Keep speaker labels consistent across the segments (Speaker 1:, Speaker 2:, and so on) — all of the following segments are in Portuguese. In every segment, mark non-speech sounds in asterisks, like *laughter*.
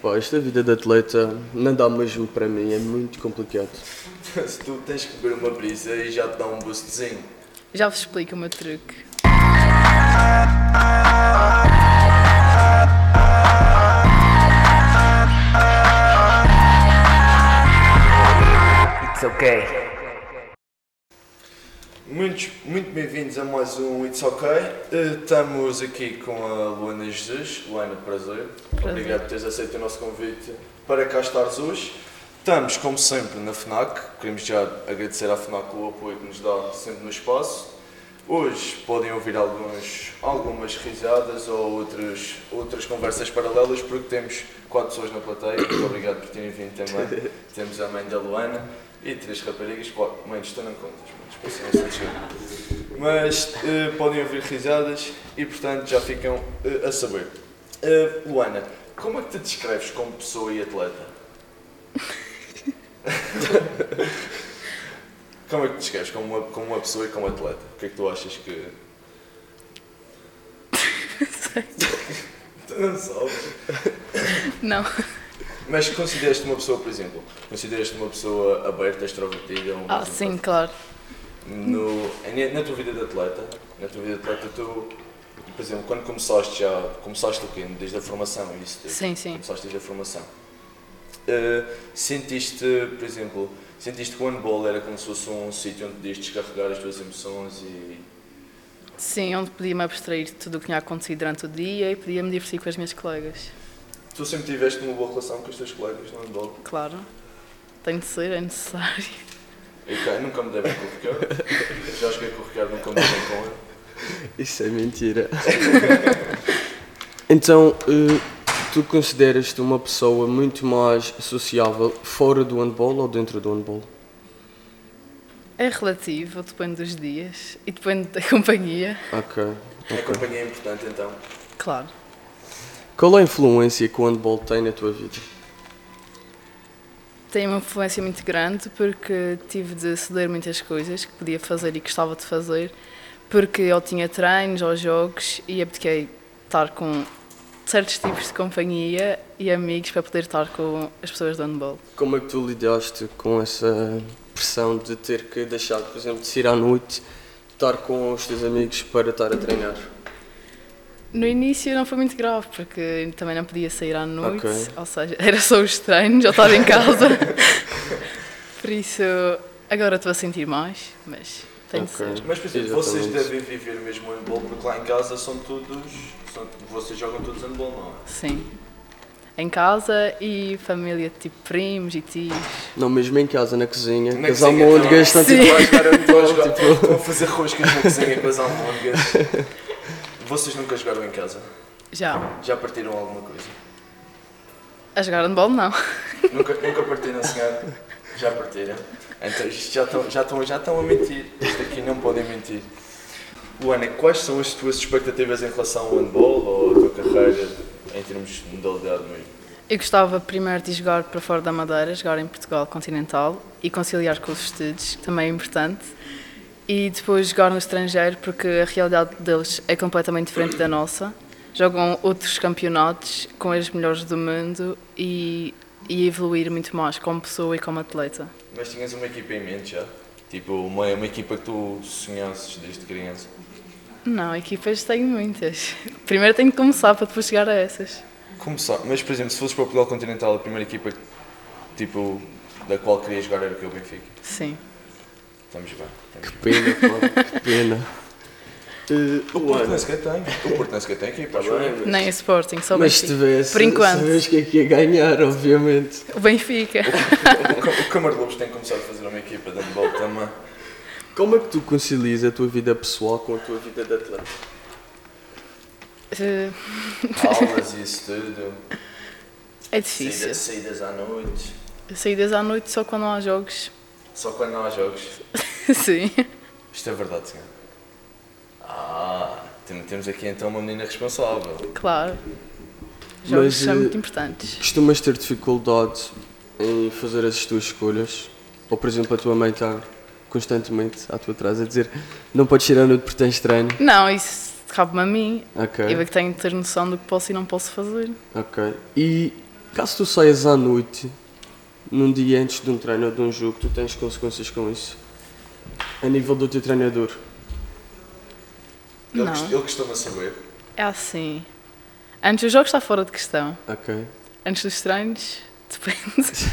Speaker 1: Pá, esta vida de atleta não dá mesmo para mim, é muito complicado.
Speaker 2: Se tu tens que beber uma brisa e já te dá um boostzinho.
Speaker 3: Já vos explico o meu truque.
Speaker 4: It's okay.
Speaker 2: Muitos, muito bem-vindos a mais um It's Ok. Eh, Estamos aqui com a Luana Jesus. Luana, prazer.
Speaker 3: Prazer.
Speaker 2: Obrigado por teres aceito o nosso convite para cá estares hoje. Estamos, como sempre, na FNAC. Queremos já agradecer à FNAC o apoio que nos dá sempre no espaço. Hoje podem ouvir alguns, algumas risadas ou outras, outras conversas paralelas, porque temos quatro pessoas na plateia. Muito obrigado por terem vindo também. Temos a mãe da Luana e três raparigas. Claro, mães, tu não contas, mas passam a ser Mas eh, podem ouvir risadas e, portanto, já ficam eh, a saber. Eh, Luana, como é que te descreves como pessoa e atleta? Como é que te descreves como uma, como uma pessoa e como atleta? O que é que tu achas que.
Speaker 3: *laughs*
Speaker 2: Tu não sabes.
Speaker 3: Não,
Speaker 2: Mas consideras-te uma pessoa, por exemplo, consideras-te uma pessoa aberta, extrovertida? uma
Speaker 3: *laughs* ah,
Speaker 2: pessoa-
Speaker 3: sim, claro.
Speaker 2: No, na, na tua vida de atleta, na tua vida de atleta, tu, por exemplo, quando começaste já, começaste o quê? Desde a formação, é isso? tudo?
Speaker 3: Sim, sim.
Speaker 2: Começaste desde a formação. Eh, sentiste, por exemplo, sentiste que o handball era como se fosse um sítio onde podias descarregar as tuas emoções e
Speaker 3: Sim, onde podia-me abstrair de tudo o que tinha acontecido durante o dia e podia-me divertir com as minhas colegas.
Speaker 2: Tu sempre tiveste uma boa relação com os teus colegas é? no handball.
Speaker 3: Claro. Tem de ser, é necessário. *laughs*
Speaker 2: Eu cá- nunca me dei bem com o Ricardo. Já joguei com o Ricardo, nunca me dei bem com ele.
Speaker 1: Isso é mentira. então, eh, tu consideras-te uma pessoa muito mais sociável fora do handball ou dentro do handball?
Speaker 3: É relativo, depende dos dias e depende da *laughs* companhia.
Speaker 1: Ok.
Speaker 2: A companhia é importante então.
Speaker 3: Claro.
Speaker 1: Qual é a influência que o handball tem na tua vida?
Speaker 3: Tem uma influência muito grande porque tive de ceder muitas coisas que podia fazer e gostava de fazer, porque eu tinha treinos ou jogos e abdiquei de estar com certos tipos de companhia e amigos para poder estar com as pessoas do handball.
Speaker 1: Como é que tu lidaste com essa pressão de ter que deixar, por exemplo, de sair à noite, estar com os teus amigos para estar a treinar?
Speaker 3: No início não foi muito grave, porque também não podia sair à noite,
Speaker 1: Ok.
Speaker 3: ou seja, *laughs* era só os treinos, eu estava
Speaker 1: *laughs*
Speaker 3: em casa. Por isso, agora estou a sentir mais, mas tem de
Speaker 1: Ok.
Speaker 3: ser.
Speaker 2: Mas por exemplo, vocês
Speaker 1: Exatamente.
Speaker 2: devem viver mesmo o handball porque lá em casa são todos. São, vocês jogam todos handball, não é?
Speaker 3: Sim. Em casa e família de tipo primos e tios.
Speaker 1: Não, mesmo em casa, na cozinha,
Speaker 2: Na
Speaker 1: que as
Speaker 2: cozinha,
Speaker 1: almôndegas
Speaker 2: não.
Speaker 1: estão tipo
Speaker 3: Sim.
Speaker 1: lá a jogar handball,
Speaker 2: *laughs*
Speaker 1: tipo,
Speaker 2: Estão a fazer roscas na cozinha com as almôndegas. *laughs* Vocês nunca jogaram em casa?
Speaker 3: Já.
Speaker 2: Já partiram alguma coisa?
Speaker 3: A jogar handball não.
Speaker 2: Nunca, nunca partiram, senhor? Já partiram? Então, isto já estão, já, estão, já estão a mentir. Isto aqui não podem mentir. Luana, quais são as tuas expectativas em relação ao handball ou à tua carreira em termos de modalidade mesmo?
Speaker 3: Eu gostava primeiro de jogar para fora da Madeira, jogar em Portugal continental e conciliar com os estudos, que também é importante. E depois jogar no estrangeiro, porque a realidade deles é completamente diferente da nossa. Jogam outros campeonatos com as melhores do mundo e, e evoluir muito mais como pessoa e como atleta.
Speaker 2: Mas tinhas uma equipa em mente já? Tipo, uma, uma equipa que tu sonhasses desde criança?
Speaker 3: Não, equipas tenho muitas. Primeiro tenho que começar para depois chegar a essas.
Speaker 2: Começar, mas por exemplo, se fosses para o Portugal Continental, a primeira equipa que- tipo, da qual querias jogar era o que o Benfica.
Speaker 3: Sim.
Speaker 2: Estamos bem. Estamos bem.
Speaker 1: Pena, pá, que pena. Eh,
Speaker 2: O Porto
Speaker 1: Luana,
Speaker 2: nem sequer tem. O Porto nem sequer tem equipa, acho
Speaker 1: bem,
Speaker 2: eu.
Speaker 1: mas-
Speaker 3: Nem o Sporting, só o
Speaker 1: mas se
Speaker 3: Benfica.
Speaker 1: tivesse,
Speaker 3: Por enquanto.
Speaker 1: sabes que é que ia ganhar, obviamente. *laughs*
Speaker 3: O Benfica.
Speaker 2: O Ca- O Câmara de Lobos tem que começar a fazer uma equipa de handball
Speaker 3: *laughs*
Speaker 2: também.
Speaker 1: Como é que tu concilias a tua vida pessoal com a tua vida de atleta?
Speaker 3: Eh,
Speaker 2: Aulas e isso tudo.
Speaker 3: É
Speaker 2: Saídas,
Speaker 3: difícil.
Speaker 2: saídas à noite.
Speaker 3: Saídas à noite só quando não há jogos. *laughs*
Speaker 2: Só quando não há jogos.
Speaker 3: Sim.
Speaker 2: Isto é verdade, senhor. Ah, tem- temos aqui então uma menina responsável.
Speaker 3: Claro. Jogos
Speaker 1: Mas,
Speaker 3: são
Speaker 1: eh,
Speaker 3: muito importantes.
Speaker 1: Costumas ter dificuldade em fazer as tuas escolhas? Ou, por exemplo, a tua mãe está constantemente à tua trás a dizer não podes tirar no porque tens treino?
Speaker 3: Não, isso cabe-me a mim.
Speaker 1: Ok,
Speaker 3: Eu é que tenho de ter noção do que posso e não posso fazer.
Speaker 1: ok. E Caso tu saias à noite, num dia antes de um treino ou de um jogo, tu tens consequências com isso? A nível do teu treinador?
Speaker 2: Ele,
Speaker 3: Não.
Speaker 2: cost- ele costuma saber.
Speaker 3: É assim. Antes dos jogos está fora de questão.
Speaker 1: Ok.
Speaker 3: Antes dos treinos, *laughs* depende.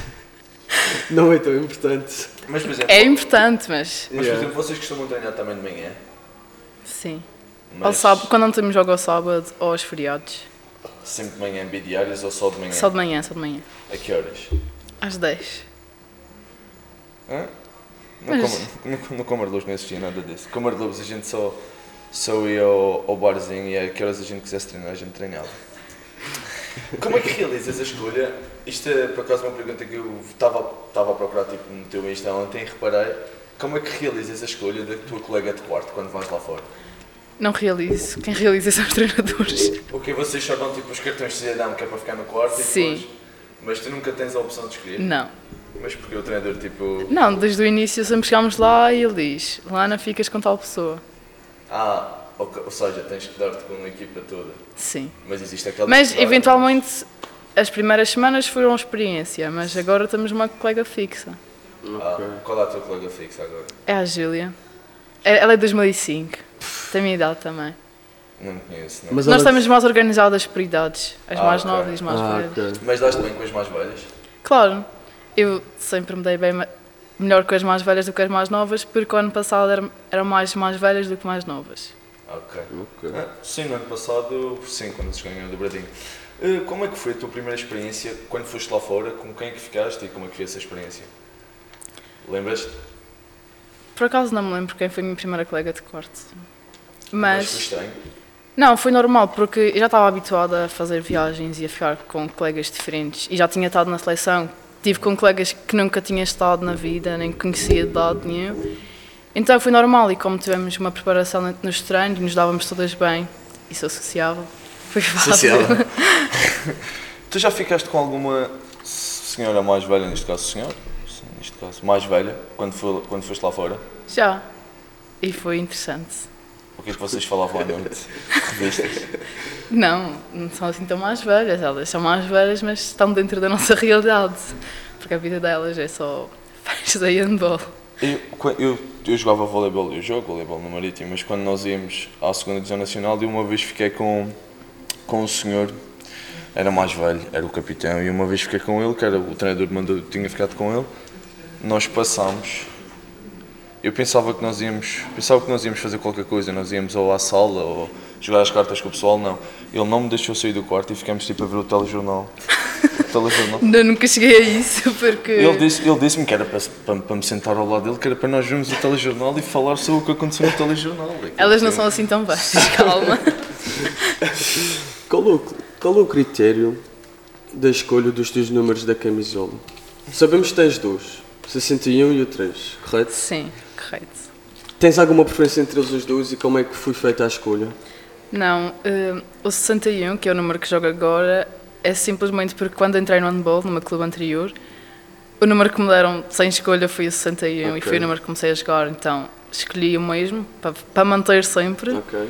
Speaker 1: Não é tão importante.
Speaker 2: Mas, por exemplo,
Speaker 3: É importante,
Speaker 2: mas,
Speaker 3: mas
Speaker 2: por
Speaker 1: Yeah.
Speaker 2: exemplo vocês costumam treinar também de manhã.
Speaker 3: sim. Ao
Speaker 2: Mas
Speaker 3: sábado, quando não temos jogo ao sábado ou aos feriados.
Speaker 2: Sempre de manhã, bidiárias ou só de
Speaker 1: É.
Speaker 2: manhã?
Speaker 3: Só de manhã, só de manhã.
Speaker 2: A que horas?
Speaker 3: Às 10.
Speaker 2: Hã? Não,
Speaker 3: Mas-
Speaker 2: como, não, não como Arlobos não existia nada disso. Com Arlobos a gente só, só ia ao, ao barzinho e a que horas a gente quisesse treinar, a gente treinava. Como é que realizas a escolha? Isto é por acaso uma pergunta que eu estava estava a procurar tipo, no teu Insta ontem e reparei. Como é que realizas a escolha da tua colega de quarto quando vais lá fora?
Speaker 3: Não realizo. Quem realiza são os treinadores.
Speaker 2: O que vocês só dão tipo os cartões de cidadão que é para ficar no quarto e
Speaker 3: Sim.
Speaker 2: depois. Mas tu nunca tens a opção de escolher.
Speaker 3: Não.
Speaker 2: Mas porque o treinador tipo.
Speaker 3: Não, desde o início sempre chegámos lá e ele diz: Lana, ficas com tal pessoa.
Speaker 2: Ah, ok, ou seja, tens que dar-te com a equipa toda.
Speaker 3: Sim.
Speaker 2: Mas existe aquela.
Speaker 3: Mas
Speaker 2: possibilidade.
Speaker 3: eventualmente as primeiras semanas foram experiência, mas agora temos uma colega fixa.
Speaker 2: Ah, qual é a tua colega fixa agora?
Speaker 3: É a Júlia. É- Ela é de 2005. Tem a minha idade também.
Speaker 2: Não me conheço, não.
Speaker 1: Mas
Speaker 2: Mas,
Speaker 3: Nós
Speaker 1: ela-
Speaker 3: estamos mais organizadas por idades. As
Speaker 2: Ah,
Speaker 3: mais
Speaker 2: ok.
Speaker 3: novas e as mais
Speaker 1: Ah,
Speaker 3: velhas.
Speaker 1: ok.
Speaker 2: dás-te bem com as mais velhas?
Speaker 3: Claro, eu sempre me dei bem ma- melhor com as mais velhas do que as mais novas, porque o ano passado eram, eram mais mais velhas do que mais novas.
Speaker 2: Ok.
Speaker 1: Ok.
Speaker 2: Ah, sim, no ano passado, sim, quando se ganhou o dobradinho. Ah, como é que foi a tua primeira experiência quando foste lá fora? Com quem é que ficaste e como é que foi essa experiência? Lembras-te?
Speaker 3: Por acaso não me lembro quem foi a minha primeira colega de corte.
Speaker 2: foi
Speaker 3: Mas.
Speaker 2: *laughs* estranho.
Speaker 3: Não, foi normal, porque eu já estava habituada a fazer viagens e a ficar com colegas diferentes. E já tinha estado na seleção. Tive com colegas que nunca tinha estado na vida, nem conhecia de lado nenhum. Então foi normal, e como tivemos uma preparação nos treinos e nos dávamos todas bem, e sou sociável, foi fácil. *laughs*
Speaker 2: Sociável. tu já ficaste com alguma senhora mais velha, neste caso, senhor? Sim, Neste caso, mais velha, quando, foi, quando foste lá fora?
Speaker 3: Já. E foi interessante.
Speaker 2: O que é que vocês falavam à *laughs* noite? Revistas?
Speaker 3: Não, não são assim tão mais velhas. Elas são mais velhas, mas estão dentro da nossa realidade. Porque a vida delas é só festa e handball.
Speaker 2: Eu, quan- eu, eu jogava voleibol, eu jogo voleibol no Marítimo, mas quando nós íamos à segunda divisão nacional, de uma vez fiquei com, com um senhor, era mais velho, era o capitão, e uma vez fiquei com ele, que era o treinador mandou, tinha ficado com ele, nós passámos. Eu pensava que nós íamos, pensava que nós íamos fazer qualquer coisa, nós íamos ou à sala ou jogar as cartas com o pessoal, não. Ele não me deixou sair do quarto e ficamos tipo a ver o telejornal. O telejornal.
Speaker 3: Eu nunca cheguei a isso, porque...
Speaker 2: Ele disse- ele disse-me que era para, para- para me sentar ao lado dele, que era para nós vermos o telejornal e falar sobre o que aconteceu no telejornal.
Speaker 3: Elas não são assim tão velhas, calma.
Speaker 1: Qual é, o, qual é o critério da escolha dos teus números da camisola? Sabemos que tens dois, 61 e o 3, correto?
Speaker 3: Sim, correto.
Speaker 1: Tens alguma preferência entre eles os dois e como é que foi feita a escolha?
Speaker 3: Não, eh, o 61, que é o número que jogo agora, é simplesmente porque quando entrei no handball, numa clube anterior, o número que me deram sem escolha foi o 61 e
Speaker 1: Ok.
Speaker 3: foi o número que comecei a jogar, então escolhi o mesmo, para, para manter sempre.
Speaker 1: Ok.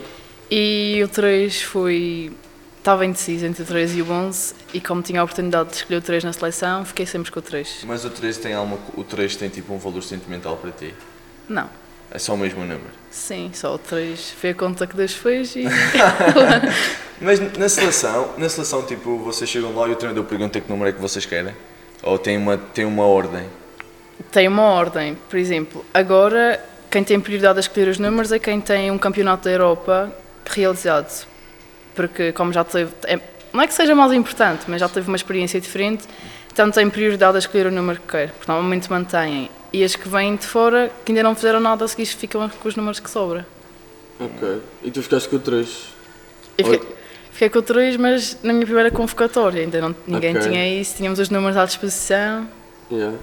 Speaker 3: E o 3 foi. Estava indeciso entre o 3 e o 11, e como tinha a oportunidade de escolher o 3 na seleção, fiquei sempre com o 3.
Speaker 2: Mas o 3 tem alma, o 3 tem tipo um valor sentimental para ti.
Speaker 3: Não,
Speaker 2: É só o mesmo número.
Speaker 3: sim, só o 3 foi a conta que Deus fez e.
Speaker 2: Mas na seleção, na seleção tipo, vocês chegam lá e o treinador pergunta que número é que vocês querem? Ou tem uma, tem uma ordem?
Speaker 3: tem uma ordem. Por exemplo, agora quem tem prioridade a escolher os números é quem tem um campeonato da Europa realizado. Porque, como já teve. é- não é que seja mais importante, mas já teve uma experiência diferente, então tem prioridade a escolher o número que quer, porque normalmente mantêm. E as que vêm de fora, que ainda não fizeram nada, a seguir ficam com os números que sobra.
Speaker 1: Ok. E tu ficaste com o 3?
Speaker 3: Eu
Speaker 1: Oi.
Speaker 3: fiquei, fiquei com três, mas na minha primeira convocatória ainda não, ninguém
Speaker 1: Ok.
Speaker 3: tinha isso, tínhamos os números à disposição.
Speaker 1: Yeah.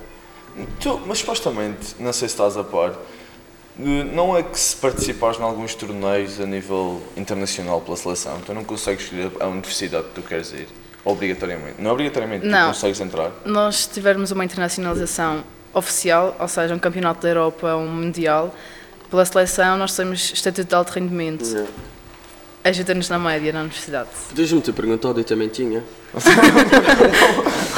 Speaker 2: Tu, mas supostamente, não sei se estás a par, eh, não é que se participares em alguns torneios a nível internacional pela seleção, tu não consegues escolher a universidade que tu queres ir, obrigatoriamente. Não é obrigatoriamente, tu
Speaker 3: Não.
Speaker 2: consegues entrar. *laughs*
Speaker 3: nós tivermos uma internacionalização oficial, ou seja, um campeonato da Europa, um mundial, pela seleção nós temos estatuto de alto rendimento.
Speaker 1: Yeah.
Speaker 3: ajuda-nos na média, na universidade.
Speaker 1: Podias-me ter perguntado e também tinha.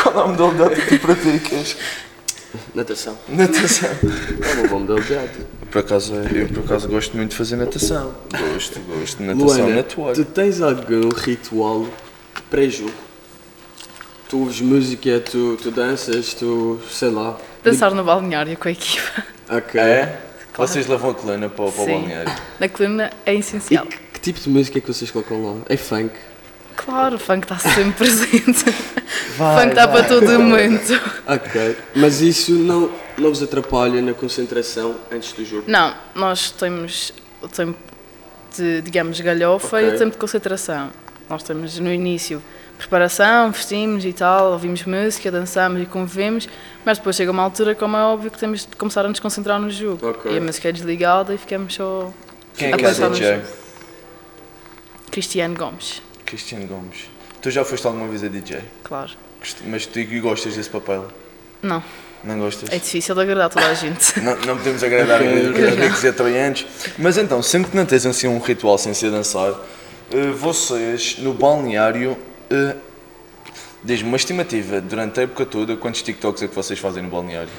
Speaker 2: Qual é o modelo de arte que tu praticas? *laughs*
Speaker 1: Natação.
Speaker 2: Natação.
Speaker 1: É um bom modelo de arte.
Speaker 2: Por acaso, é, eu por acaso gosto muito de fazer natação. Gosto, gosto de natação
Speaker 1: Luana,
Speaker 2: na
Speaker 1: tu
Speaker 2: toalha.
Speaker 1: tens algum ritual pré-jogo? Tu ouves música, tu, tu danças, tu, sei lá.
Speaker 3: Dançar no balneário com a equipa. *laughs*
Speaker 1: Ok.
Speaker 2: É? Vocês levam a coluna para, o- para o
Speaker 3: Sim.
Speaker 2: balneário.
Speaker 3: Na coluna é
Speaker 1: E
Speaker 3: essencial.
Speaker 1: que, que tipo de música é que vocês colocam lá? É funk?
Speaker 3: Claro, o funk está sempre *laughs* presente.
Speaker 2: Vai,
Speaker 3: funk está
Speaker 2: vai.
Speaker 3: para todo o momento.
Speaker 1: Ok. Mas isso não, não vos atrapalha na concentração antes do jogo?
Speaker 3: Não, nós temos o tempo de, digamos, galhofa e
Speaker 1: Ok.
Speaker 3: o tempo de concentração. Nós temos no início preparação, vestimos e tal, ouvimos música, dançamos e convivemos, mas depois chega uma altura, como é óbvio, que temos de começar a nos concentrar no jogo.
Speaker 1: Ok.
Speaker 3: E a música é desligada e ficamos só.
Speaker 2: Quem é
Speaker 3: A
Speaker 2: que é
Speaker 3: pensar no
Speaker 2: DJ?
Speaker 3: jogo. Cristiano Gomes,
Speaker 2: Cristiano Gomes. Tu já foste alguma vez a DJ?
Speaker 3: claro.
Speaker 2: Gost- Mas tu e gostas desse papel?
Speaker 3: Não,
Speaker 2: Não gostas?
Speaker 3: é difícil de agradar toda a gente. *laughs*
Speaker 2: Não, não podemos agradar a amigos e atraentes. Mas então, sempre que não tens assim um ritual sem ser dançar, eh, vocês no balneário. eh, Diz-me uma estimativa durante a época toda quantos TikToks é que vocês fazem no balneário?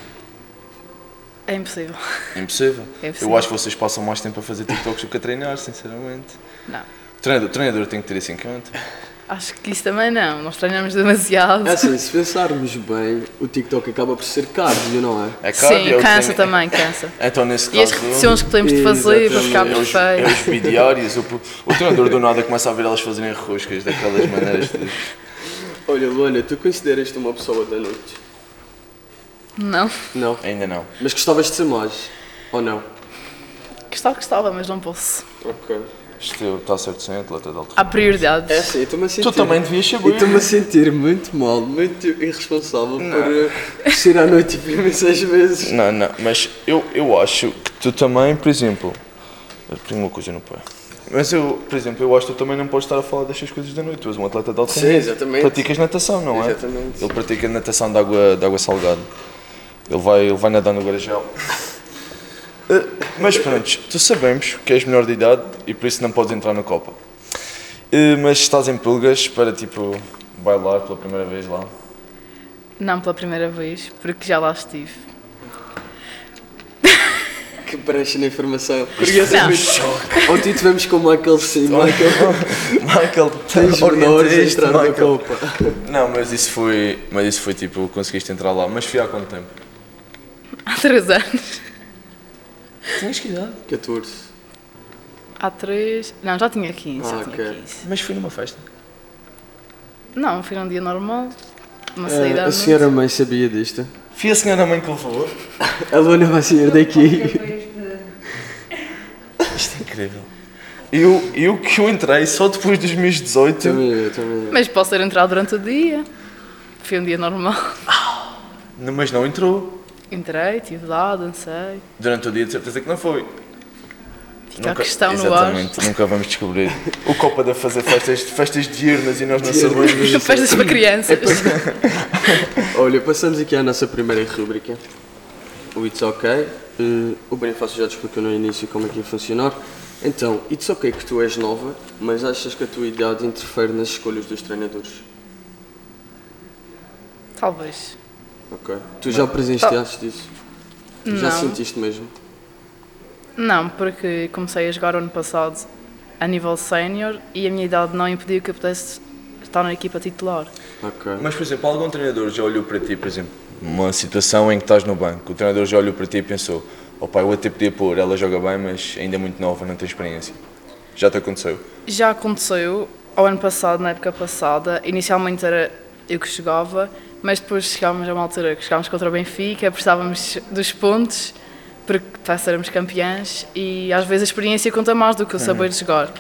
Speaker 3: É impossível.
Speaker 2: Impossível.
Speaker 3: É
Speaker 2: Eu
Speaker 3: impossível.
Speaker 2: acho que vocês passam mais tempo a fazer TikToks do que a treinar, sinceramente.
Speaker 3: Não.
Speaker 2: O treinador, o treinador tem que ter isso em conta.
Speaker 3: Acho que isso também não, nós treinamos demasiado.
Speaker 1: É assim, se pensarmos bem, o TikTok acaba por ser cardio, não é?
Speaker 2: É cardio, é o
Speaker 3: Sim,
Speaker 2: que
Speaker 3: cansa
Speaker 2: tem-
Speaker 3: também, cansa.
Speaker 2: Então, nesse
Speaker 3: E as
Speaker 2: caso.
Speaker 3: repetições que temos de fazer para ficar
Speaker 2: É os, é
Speaker 3: perfeito.
Speaker 2: os bidiários, o, o treinador do nada começa a ver elas fazerem roscas daquelas maneiras. de-
Speaker 1: Olha, Luana, tu consideras-te uma pessoa da noite?
Speaker 3: Não.
Speaker 1: Não.
Speaker 2: Ainda não.
Speaker 1: Mas gostavas de ser mais? Ou não?
Speaker 3: Gostava, gostava, mas não posso.
Speaker 1: Ok.
Speaker 2: Isto é está certo sem atleta de alto
Speaker 3: Há prioridades.
Speaker 1: É assim, eu estou-me a sentir...
Speaker 2: Ah, Tu também devias
Speaker 1: Eu estou-me a
Speaker 2: saber.
Speaker 1: sentir muito mal, muito irresponsável por eh, sair à noite e beber seis vezes.
Speaker 2: Não, não, mas eu, eu acho que tu também, por exemplo. Eu tenho uma coisa no pé. Mas eu, por exemplo, eu acho que tu também não podes estar a falar destas coisas da noite. Tu és um atleta de alto
Speaker 1: Sim,
Speaker 2: rendimento.
Speaker 1: exatamente.
Speaker 2: Praticas natação, não é?
Speaker 1: Exatamente.
Speaker 2: Ele pratica natação de água, de água salgada. Ele vai, ele vai nadar no
Speaker 1: *laughs*
Speaker 2: Guarajal. Eh, Mas pronto, tu sabemos que és menor de idade e por isso não podes entrar na Copa. Eh, Mas estás em pulgas para tipo bailar pela primeira vez lá.
Speaker 3: Não pela primeira vez, porque já lá estive. *laughs*
Speaker 1: Que preenche na informação.
Speaker 2: é
Speaker 3: Não.
Speaker 1: Curiosamente, ontem tivemos com o Michael sim, Michael,
Speaker 2: Michael,
Speaker 1: tens menores a entrar na
Speaker 2: Michael.
Speaker 1: Copa.
Speaker 2: Não, mas isso foi. Mas isso foi tipo, conseguiste entrar lá. Mas fui há quanto tempo?
Speaker 3: Há três anos.
Speaker 2: Tinhas que idade?
Speaker 1: 14.
Speaker 3: Há três. Não, já tinha 15.
Speaker 1: Ah,
Speaker 3: já tinha
Speaker 1: ok.
Speaker 3: 15.
Speaker 2: Mas fui numa festa.
Speaker 3: Não, foi um dia normal. Uma
Speaker 1: Eh,
Speaker 3: saída à
Speaker 1: a
Speaker 3: noite.
Speaker 1: senhora mãe sabia disto?
Speaker 2: Fui a senhora mãe que levou.
Speaker 1: A Luana vai sair daqui.
Speaker 2: Isto é incrível. Eu, eu que eu entrei só depois dos meus 18.
Speaker 1: Também eu, também eu.
Speaker 3: Mas posso ter entrado durante o dia. Foi um dia normal. *laughs*
Speaker 2: Não, Mas não entrou.
Speaker 3: Entrei, estive lá, dancei.
Speaker 2: Durante o dia de certeza que não foi.
Speaker 3: Fica a questão no ar.
Speaker 2: exatamente, nunca vamos descobrir. O Copa deve fazer festas, festas diurnas e nós não
Speaker 1: Diurnas.
Speaker 2: sabemos.
Speaker 3: *laughs*
Speaker 1: é
Speaker 3: Festas para crianças.
Speaker 1: Olha, passamos aqui à nossa primeira rubrica. O It's OK. Eh, o Benefácio já te explicou no início como é que ia funcionar. Então, It's OK que tu és nova, mas achas que a tua idade interfere nas escolhas dos treinadores?
Speaker 3: Talvez.
Speaker 1: Ok. Tu já presenciaste isso? Tu Já
Speaker 3: Tá. Não.
Speaker 1: sentiste mesmo?
Speaker 3: Não, porque comecei a jogar ano passado a nível sénior e a minha idade não impediu que eu pudesse estar na equipa titular.
Speaker 1: Ok.
Speaker 2: Mas, por exemplo, algum treinador já olhou para ti, por exemplo, uma situação em que estás no banco, o treinador já olhou para ti e pensou: oh pai, eu até podia pôr, ela joga bem, mas ainda é muito nova, não tem experiência. Já te aconteceu?
Speaker 3: Já aconteceu ao ano passado, na época passada, inicialmente era eu que jogava, mas depois chegámos a uma altura que chegámos contra o Benfica, precisávamos dos pontos porque para sermos campeãs e às vezes a experiência conta mais do que o saber jogar.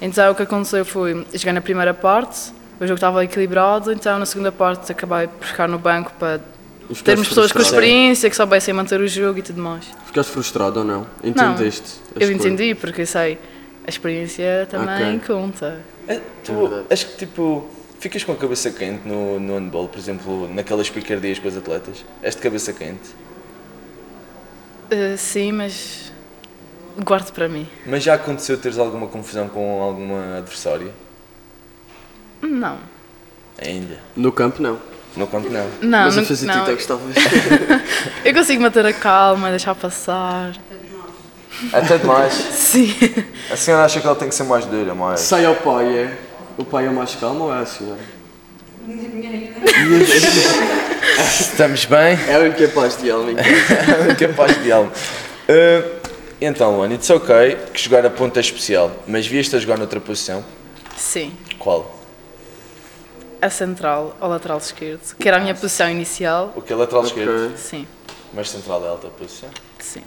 Speaker 3: Então o que aconteceu foi, joguei na primeira parte, o jogo estava equilibrado, então na segunda parte acabei por ficar no banco para
Speaker 1: Ficaste
Speaker 3: Termos pessoas com
Speaker 1: frustrada?
Speaker 3: experiência, que soubessem manter o jogo e tudo mais.
Speaker 1: Ficaste frustrado ou não?
Speaker 3: Não,
Speaker 1: Entendeste? a
Speaker 3: eu
Speaker 1: escolha?
Speaker 3: entendi, porque eu sei, a experiência também
Speaker 1: Ok.
Speaker 3: conta.
Speaker 1: É
Speaker 2: tu
Speaker 1: verdade.
Speaker 2: acho que tipo. Ficas com a cabeça quente no, no handball, por exemplo, naquelas picardias com os atletas? És de cabeça quente?
Speaker 3: Eh, sim, mas guardo para mim.
Speaker 2: Mas já aconteceu teres alguma confusão com alguma adversária?
Speaker 3: Não.
Speaker 2: Ainda.
Speaker 1: No campo, não.
Speaker 2: Não conto não.
Speaker 3: Não,
Speaker 1: Mas
Speaker 3: não,
Speaker 1: a fazer
Speaker 3: não.
Speaker 1: TikToks talvez. *laughs*
Speaker 3: Eu consigo manter a calma, deixar passar.
Speaker 2: Até demais.
Speaker 3: Sim. *laughs*
Speaker 2: A senhora acha que ela tem que ser mais dura, mas...
Speaker 1: Sai ao pai, é? O pai é mais calmo ou é a senhora?
Speaker 2: *laughs* Estamos bem?
Speaker 1: É o incapaz de alma. então.
Speaker 2: *laughs* Capaz de alma. Ah, então, Luana, it's ok que jogar a ponta é especial, mas vieste a jogar noutra posição?
Speaker 3: Sim.
Speaker 2: Qual?
Speaker 3: A central, ao lateral esquerdo, que era a
Speaker 1: Ah,
Speaker 3: minha posição inicial.
Speaker 2: O que é lateral
Speaker 1: Ok.
Speaker 2: esquerdo?
Speaker 3: Sim,
Speaker 2: Mas central é alta posição.
Speaker 3: sim.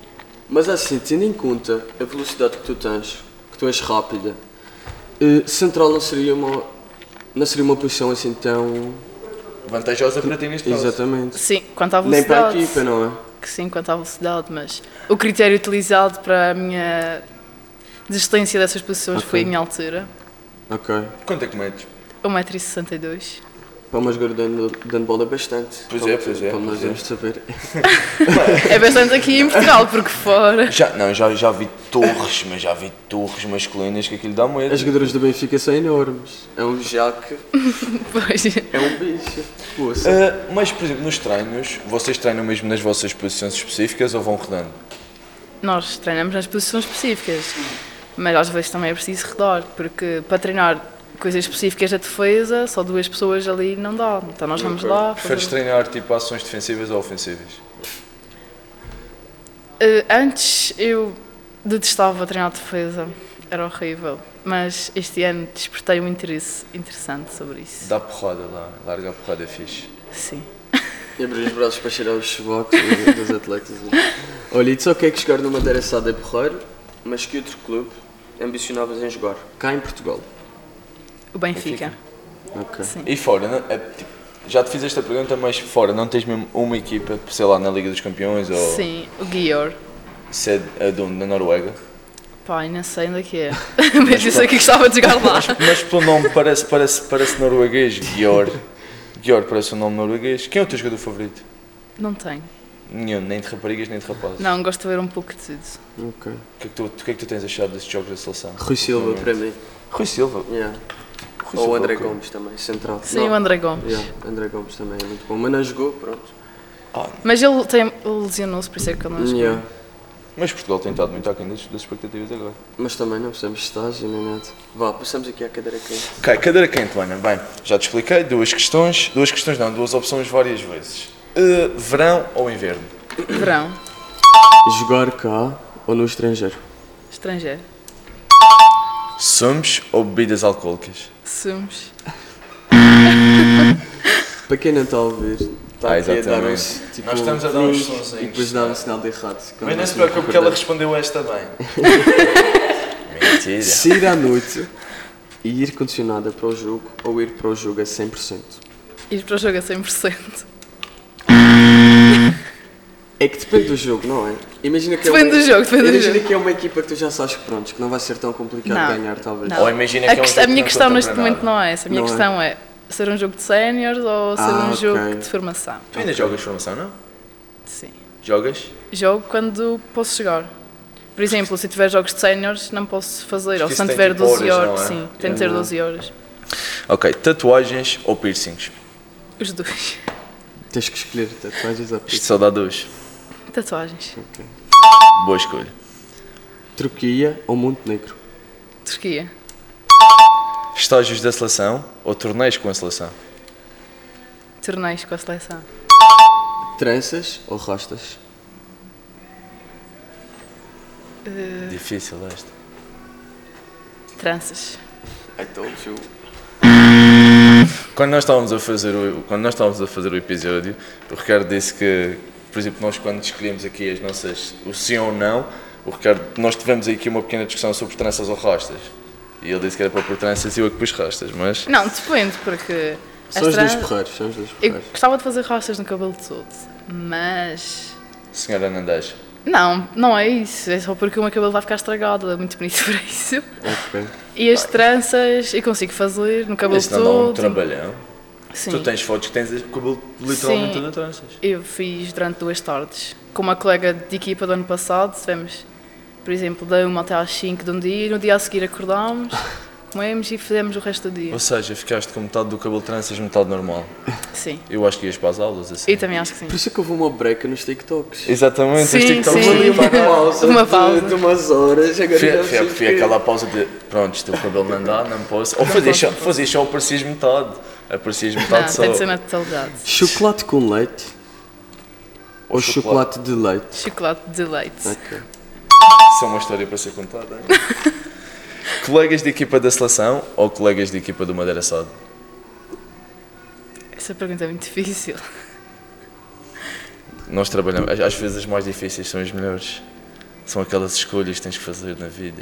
Speaker 1: Mas assim, tendo em conta a velocidade que tu tens, que tu és rápida, eh, central não seria uma, não seria uma posição assim tão...
Speaker 2: Vantajosa para ti neste caso.
Speaker 1: Exatamente.
Speaker 3: Sim, quanto à
Speaker 1: Nem para a
Speaker 3: velocidade.
Speaker 1: equipa, não é?
Speaker 3: que sim, quanto à velocidade, mas o critério utilizado para a minha desistência dessas posições
Speaker 1: Ok.
Speaker 3: foi a minha altura,
Speaker 1: Ok.
Speaker 2: Quanto é que metes?
Speaker 3: 1,62m.
Speaker 1: Para uma jogadora dando, dando bola bastante.
Speaker 2: Pois
Speaker 1: como,
Speaker 2: é, pois é,
Speaker 1: Como nós
Speaker 2: pois é.
Speaker 1: devemos saber.
Speaker 3: É bastante aqui em Portugal, porque fora. *laughs*
Speaker 2: Já, não, já, já vi torres, mas já vi torres masculinas que aquilo dá medo.
Speaker 1: As jogadoras do Benfica são enormes. É um jaque,
Speaker 3: Pois.
Speaker 1: é um bicho. Poça.
Speaker 2: Ah, mas, por exemplo, nos treinos, vocês treinam mesmo nas vossas posições específicas ou vão rodando?
Speaker 3: Nós treinamos nas posições específicas, mas às vezes também é preciso redor, porque para treinar coisas específicas da defesa, só duas pessoas ali não dá. Então nós vamos lá.
Speaker 2: Preferes
Speaker 3: fazer-
Speaker 2: treinar tipo ações defensivas ou ofensivas?
Speaker 3: Eh, antes eu detestava treinar defesa, era horrível, mas este ano despertei um interesse interessante sobre isso.
Speaker 2: Dá porrada lá, larga a porrada é fixe.
Speaker 3: Sim.
Speaker 1: E abrir os braços para cheirar os chubacos dos atletas. Olha, e só que é que chegar numa deraçada é porreiro, mas que outro clube ambicionavas em jogar? Cá em Portugal.
Speaker 3: O Benfica.
Speaker 1: Ok.
Speaker 3: Sim.
Speaker 2: E fora, não- é, tipo, já te fiz esta pergunta, mas fora, não tens mesmo uma equipa, sei lá, na Liga dos Campeões ou
Speaker 3: Sim, o Guior.
Speaker 2: se é a de onde, na Noruega?
Speaker 3: Pai, não sei onde é que é. *laughs* Mas eu sei que gostava de
Speaker 2: *laughs*
Speaker 3: jogar lá.
Speaker 2: Mas pelo nome parece, parece, parece norueguês, Gior. Gior parece um nome norueguês. Quem é o teu jogador favorito?
Speaker 3: Não tenho.
Speaker 2: Nenhum, nem de raparigas, nem de rapazes.
Speaker 3: Não, gosto de ver um pouco de tudo.
Speaker 1: Ok.
Speaker 2: O que, é que tu, o que é que tu tens achado desses jogos da seleção?
Speaker 1: Rui Silva para mim.
Speaker 2: Rui Silva.
Speaker 1: Yeah.
Speaker 2: Rui
Speaker 1: Ou
Speaker 2: Silva,
Speaker 1: o André
Speaker 2: ok.
Speaker 1: Gomes também, central.
Speaker 3: Sim, o André Gomes.
Speaker 1: Yeah, André Gomes também é muito bom, mas não jogou, pronto.
Speaker 2: Ah,
Speaker 3: Mas ele, tem- ele lesionou-se, por isso é que ele não jogou.
Speaker 1: Yeah.
Speaker 2: mas Portugal tem estado muito aquém das, das expectativas agora.
Speaker 1: Mas também não precisamos de estágio nem nada. Vá, passamos aqui à cadeira é. quente.
Speaker 2: Ok, cadeira quente, Ana. Bem, já te expliquei, duas questões. Duas questões não, duas opções várias vezes. Uh, verão ou inverno?
Speaker 3: é. Verão,
Speaker 1: Jogar cá ou no estrangeiro?
Speaker 3: estrangeiro,
Speaker 2: Sumos ou bebidas alcoólicas?
Speaker 3: sumos.
Speaker 1: Para quem não está a ouvir, está
Speaker 2: Ah,
Speaker 1: aqui a dar
Speaker 2: exatamente.
Speaker 1: uns tipo,
Speaker 2: Nós estamos a dar
Speaker 1: cruz
Speaker 2: uns sonzinhos.
Speaker 1: E depois dá um sinal de errado.
Speaker 2: Mas não se preocupe que ela respondeu esta bem. *laughs* Mentira.
Speaker 1: Sair à noite e ir condicionada para o jogo ou ir para o jogo a 100%.
Speaker 3: Ir para o jogo a 100%.
Speaker 1: É que depende do jogo, não é? Imagina que
Speaker 3: Depende
Speaker 1: é uma...
Speaker 3: do jogo, depende do
Speaker 1: Imagina
Speaker 3: jogo.
Speaker 1: que é uma equipa que tu já sabes que pronto, que não vai ser tão complicado
Speaker 3: Não,
Speaker 1: ganhar talvez.
Speaker 3: não.
Speaker 2: Ou imagina
Speaker 3: a,
Speaker 2: que é um
Speaker 3: quest-
Speaker 2: jogo
Speaker 3: a
Speaker 2: que
Speaker 3: minha
Speaker 2: não
Speaker 3: questão
Speaker 2: conta
Speaker 3: neste
Speaker 2: para
Speaker 3: momento
Speaker 2: nada.
Speaker 3: não é essa. A minha
Speaker 1: Não é.
Speaker 3: questão é. ser um jogo de séniores ou ser
Speaker 1: Ah,
Speaker 3: um jogo
Speaker 1: ok.
Speaker 3: de formação?
Speaker 2: Tu ainda jogas formação, não?
Speaker 3: Sim.
Speaker 2: Jogas?
Speaker 3: Jogo quando posso jogar. Por exemplo, se tiver jogos de séniores, não posso fazer. Ou
Speaker 2: Porque
Speaker 3: se não
Speaker 2: isso
Speaker 3: tiver
Speaker 2: tem tipo
Speaker 3: 12
Speaker 2: horas,
Speaker 3: horas,
Speaker 2: não é?
Speaker 3: sim, tem de ter 12 horas.
Speaker 2: Ok, tatuagens ou piercings?
Speaker 3: Os dois. *laughs*
Speaker 1: Tens que escolher tá? tatuagens à
Speaker 2: Isto
Speaker 1: pista.
Speaker 2: só dá duas.
Speaker 3: Tatuagens.
Speaker 2: Boa escolha.
Speaker 1: Turquia ou Montenegro?
Speaker 3: Turquia.
Speaker 2: Estágios da seleção ou torneios com a seleção?
Speaker 3: Torneios com a seleção.
Speaker 1: Tranças ou rastas?
Speaker 2: Difícil esta.
Speaker 3: Tranças.
Speaker 1: I told you.
Speaker 2: Quando nós estávamos a fazer o, quando nós estávamos a fazer o episódio, o Ricardo disse que, por exemplo, nós quando escolhemos aqui as nossas, o sim ou não, o Ricardo, nós tivemos aqui uma pequena discussão sobre tranças ou rastas. E ele disse que era para pôr tranças e eu é que pus rastas, mas
Speaker 3: Não, depende, porque. as
Speaker 1: São os
Speaker 3: tran-
Speaker 1: dois porreiros, são os dois
Speaker 3: Eu
Speaker 1: porreiros.
Speaker 3: gostava de fazer rastas no cabelo todo, mas.
Speaker 2: senhora não deixa.
Speaker 3: Não, não é isso. É só porque o meu cabelo vai ficar estragado. É muito bonito *laughs* para isso.
Speaker 1: Ok.
Speaker 3: E as tranças eu consigo fazer no cabelo
Speaker 2: Isso não dá um
Speaker 3: todo.
Speaker 2: trabalhão.
Speaker 3: Sim.
Speaker 2: Tu tens fotos que tens o cabelo literalmente
Speaker 3: Sim.
Speaker 2: todo a tranças.
Speaker 3: Eu fiz durante duas tardes. Com uma colega de equipa do ano passado, tivemos. Por exemplo, dei uma até às 5 de um dia e no dia a seguir acordámos, comemos e fizemos o resto do dia.
Speaker 2: Ou seja, ficaste com metade do cabelo de tranças, metade normal.
Speaker 3: Sim.
Speaker 2: Eu acho que ias para as aulas assim.
Speaker 3: E também acho que sim.
Speaker 1: Por isso é que houve uma breca nos TikToks.
Speaker 2: Exatamente,
Speaker 3: Sim,
Speaker 2: os TikToks
Speaker 3: sim.
Speaker 2: ali
Speaker 1: Uma
Speaker 2: para cá.
Speaker 1: pausa,
Speaker 3: *laughs* Uma
Speaker 1: de-
Speaker 3: pausa.
Speaker 1: De, umas horas. Agora
Speaker 2: Fui,
Speaker 1: já
Speaker 2: fui,
Speaker 1: sei
Speaker 2: fui
Speaker 1: que-
Speaker 2: aquela pausa de pronto, um estou com o cabelo não dá, não posso. Ou fazias só, fazias só aparecias metade. Aparecias metade
Speaker 3: Não,
Speaker 2: só.
Speaker 3: tem de ser na totalidade.
Speaker 1: Chocolate com leite ou
Speaker 2: chocolate.
Speaker 1: chocolate de leite?
Speaker 3: Chocolate de leite.
Speaker 1: Ok.
Speaker 2: Isso é uma história para ser contada. *laughs* hein? colegas de equipa da seleção ou colegas de equipa do Madeira Sado?
Speaker 3: Essa pergunta é muito difícil.
Speaker 2: Nós trabalhamos, às- às vezes as mais difíceis são as melhores. São aquelas escolhas que tens que fazer na vida.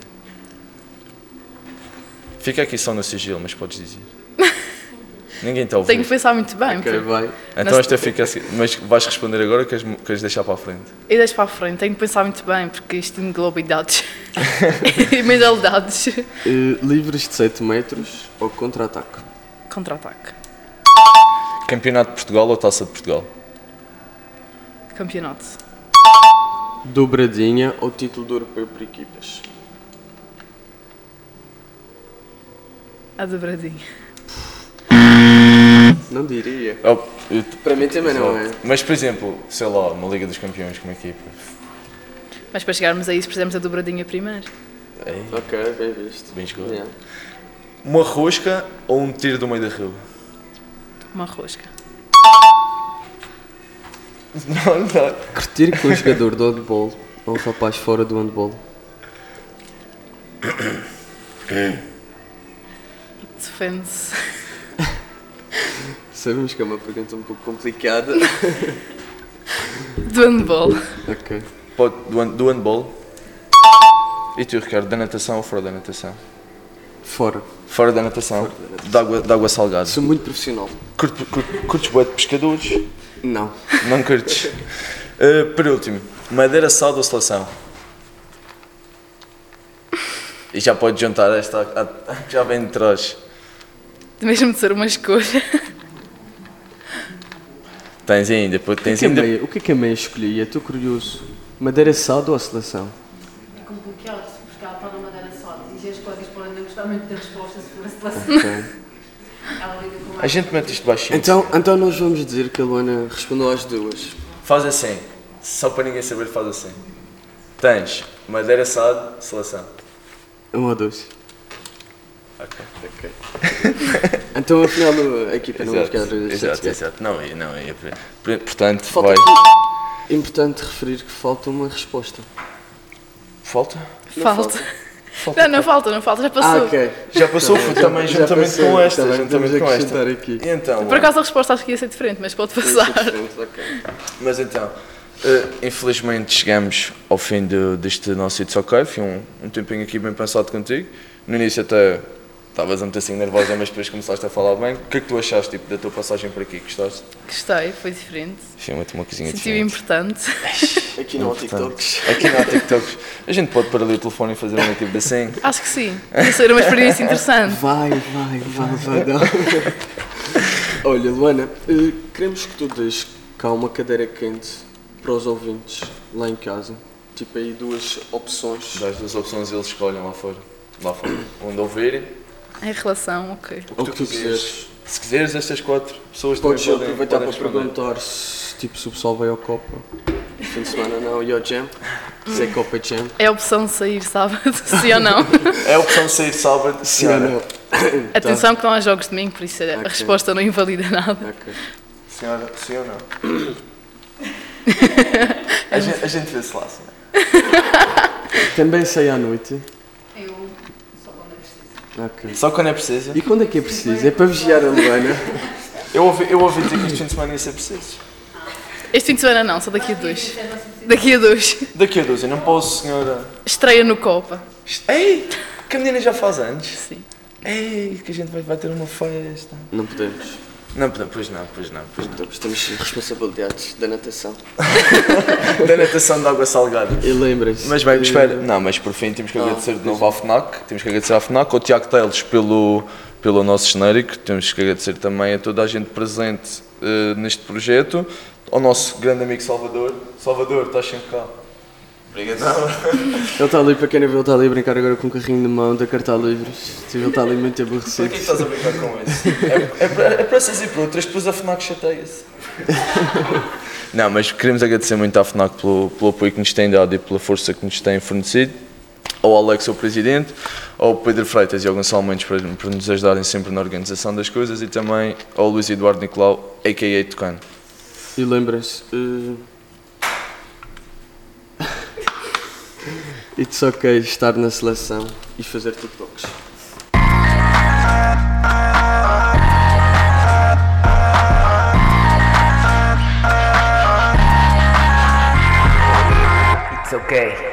Speaker 2: Fica aqui só no sigilo, mas podes dizer. Ninguém está a ouvir.
Speaker 3: Tenho que pensar muito bem.
Speaker 1: Ok,
Speaker 3: porque-
Speaker 1: vai.
Speaker 2: Então esta fica assim. Mas vais responder agora ou queres, queres deixar para a frente?
Speaker 3: E deixo para a frente, tenho que pensar muito bem, porque isto engloba idades *laughs* e mentalidades.
Speaker 1: Eh, livres de 7 metros ou contra-ataque?
Speaker 3: Contra-ataque.
Speaker 2: Campeonato de Portugal ou Taça de Portugal?
Speaker 3: Campeonato.
Speaker 1: Dobradinha ou título do europeu por equipas?
Speaker 3: A dobradinha.
Speaker 1: Não diria.
Speaker 2: Oh, eu te-
Speaker 1: Para mim também não é.
Speaker 2: Mas por exemplo, sei lá, uma Liga dos Campeões como equipa.
Speaker 3: Mas para chegarmos a isso, precisamos da dobradinha primeiro.
Speaker 2: Ei,
Speaker 1: Ok, bem visto.
Speaker 2: Bem jogado.
Speaker 1: Yeah.
Speaker 2: Uma rosca ou um tiro do meio da rua?
Speaker 3: Uma rosca.
Speaker 2: Não, não.
Speaker 1: Curtir com um jogador de handball ou um rapaz fora do handball?
Speaker 3: Defende-se.
Speaker 1: Sabemos que é uma pergunta um pouco complicada.
Speaker 3: Do handball.
Speaker 1: *laughs* ok.
Speaker 2: Pode, do, hand- do handball. E tu, Ricardo, da natação ou fora da natação?
Speaker 1: Fora.
Speaker 2: Fora da natação. De água, de água salgada.
Speaker 1: Sou muito profissional.
Speaker 2: Curto- curto- Curtes bué de pescadores?
Speaker 1: Não.
Speaker 2: *laughs* Não curtes. *laughs* Uh, por último, madeira assada ou *laughs* seleção? E já podes juntar esta. a- a- já vem de trás.
Speaker 3: De mesmo de ser uma escolha.
Speaker 2: Tens ainda, puto,
Speaker 1: O
Speaker 2: tens
Speaker 1: que, é
Speaker 2: ainda.
Speaker 1: meia, o que é que a meia escolhi? Estou curioso. Madeira assado ou a seleção?
Speaker 4: É complicado, porque ela está numa madeira só. E as colegas podem não gostar muito da resposta se for a seleção.
Speaker 1: *laughs* Ok.
Speaker 4: *laughs* Ela liga com
Speaker 2: A gente mete isto baixinho.
Speaker 1: Então, então nós vamos dizer que a Luana respondeu às duas.
Speaker 2: Faz assim. Só para ninguém saber, faz assim. Tens madeira assada, seleção.
Speaker 1: Um ou dois.
Speaker 2: Ok.
Speaker 1: *laughs* Então afinal a equipa não vai
Speaker 2: Exato,
Speaker 1: ficar
Speaker 2: exato,
Speaker 1: satisfeita.
Speaker 2: exato. Não ia, não ia. por- por- Portanto,
Speaker 1: Falta
Speaker 2: vai.
Speaker 1: aqui. Importante referir que falta uma resposta.
Speaker 2: Falta?
Speaker 3: Falta. Não, não falta, não falta, já passou.
Speaker 1: Ah, ok.
Speaker 2: *laughs* Já passou o
Speaker 1: Já-
Speaker 2: também,
Speaker 1: já
Speaker 2: juntamente
Speaker 1: passou,
Speaker 2: com esta.
Speaker 1: tá bem,
Speaker 2: juntamente
Speaker 1: temos
Speaker 2: com
Speaker 1: a
Speaker 2: esta.
Speaker 1: acrescentar aqui.
Speaker 2: E então,
Speaker 3: Por acaso a resposta acho que ia ser diferente, mas pode passar.
Speaker 2: Mas então, eh, infelizmente chegamos ao fim do- deste nosso It's OK. Foi um, um tempinho aqui bem pensado contigo. No início até estavas um bocadinho nervosa, mas depois começaste a falar bem. O que é que tu achaste tipo, da tua passagem por aqui? Gostaste?
Speaker 3: Gostei, foi diferente.
Speaker 2: Foi uma, uma coisinha
Speaker 3: Senti-me
Speaker 2: diferente.
Speaker 3: importante.
Speaker 1: Aqui não há TikToks.
Speaker 2: Aqui não há TikToks. A gente pode parar ali o telefone e fazer um tipo assim.
Speaker 3: Acho que sim. Ia ser
Speaker 1: *laughs*
Speaker 3: uma experiência interessante.
Speaker 1: Vai, vai, vai, vai dar. *laughs* Olha, Luana, eh, queremos que tu deixes cá uma cadeira quente para os ouvintes lá em casa. Tipo aí duas opções.
Speaker 2: Das duas opções eles escolhem lá fora. Lá fora. Onde ouvirem.
Speaker 3: Em relação, ok.
Speaker 1: Ou que tu quiseres.
Speaker 2: Se quiseres, estas quatro pessoas também
Speaker 1: Podes
Speaker 2: podem
Speaker 1: aproveitar
Speaker 2: podem
Speaker 1: para
Speaker 2: responder.
Speaker 1: perguntar se, tipo, se o pessoal vai ao Copa. Fim de semana não, e ao Jam. Se é Copa Jam.
Speaker 3: É a opção de sair sábado, *laughs* sim ou
Speaker 1: *laughs*
Speaker 3: não?
Speaker 1: Tá.
Speaker 2: É a opção de sair sábado.
Speaker 1: Sim ou
Speaker 2: Senhora.
Speaker 1: não?
Speaker 3: Atenção que não há jogos de domingo, por isso a
Speaker 1: Ok.
Speaker 3: resposta não invalida nada.
Speaker 1: Ok.
Speaker 2: Senhora, sim ou não? a, gente, a gente vê-se lá, senhora.
Speaker 1: Também sai à noite.
Speaker 4: Eu só quando é preciso.
Speaker 1: Ok.
Speaker 2: Só quando é preciso.
Speaker 1: E quando é que é preciso? É para vigiar a Luana.
Speaker 2: Eu ouvi, eu ouvi dizer que este fim de semana ia ser preciso.
Speaker 3: Este fim de semana não, só daqui a dois.
Speaker 4: Isso é a nossa decisão.
Speaker 3: Daqui a dois.
Speaker 2: Daqui a 12, não posso, senhora.
Speaker 3: Estreia no Copa.
Speaker 2: Ei, que a menina já faz anos.
Speaker 3: Sim.
Speaker 2: Ei, que a gente vai, vai ter uma festa.
Speaker 1: Não podemos.
Speaker 2: Não, pode- pois não, pois não, pois
Speaker 1: Não podemos. Temos responsabilidades da natação.
Speaker 2: não. Da natação de água salgada.
Speaker 1: E lembrem-se.
Speaker 2: Mas bem,
Speaker 1: que-
Speaker 2: espera. Não, mas por fim temos que agradecer de novo à FNAC. Temos que agradecer à FNAC, ao Tiago Teles pelo, pelo nosso genérico. Temos que agradecer também a toda a gente presente eh, neste projeto. Ao nosso grande amigo Salvador. Salvador, estás sempre cá. Obrigadão.
Speaker 1: Ele está ali, para quem não viu, ele está ali a brincar agora com um carrinho de mão da carta livros. Tipo, Ele está ali muito
Speaker 2: Por
Speaker 1: aborrecido.
Speaker 2: que estás a brincar com *laughs* isso? É, é, para- é para essas e para outras, depois a FNAC chateia-se. Não, mas queremos agradecer muito à FNAC pelo, pelo apoio que nos tem dado e pela força que nos tem fornecido. Ao Alex, ao Presidente, ao Pedro Freitas e ao Gonçalo Mendes por, por nos ajudarem sempre na organização das coisas e também ao Luís Eduardo Nicolau, a.k.a. Tucano.
Speaker 1: E lembrem-se. eh, *laughs* It's ok estar na seleção e fazer TikToks.
Speaker 5: It's okay.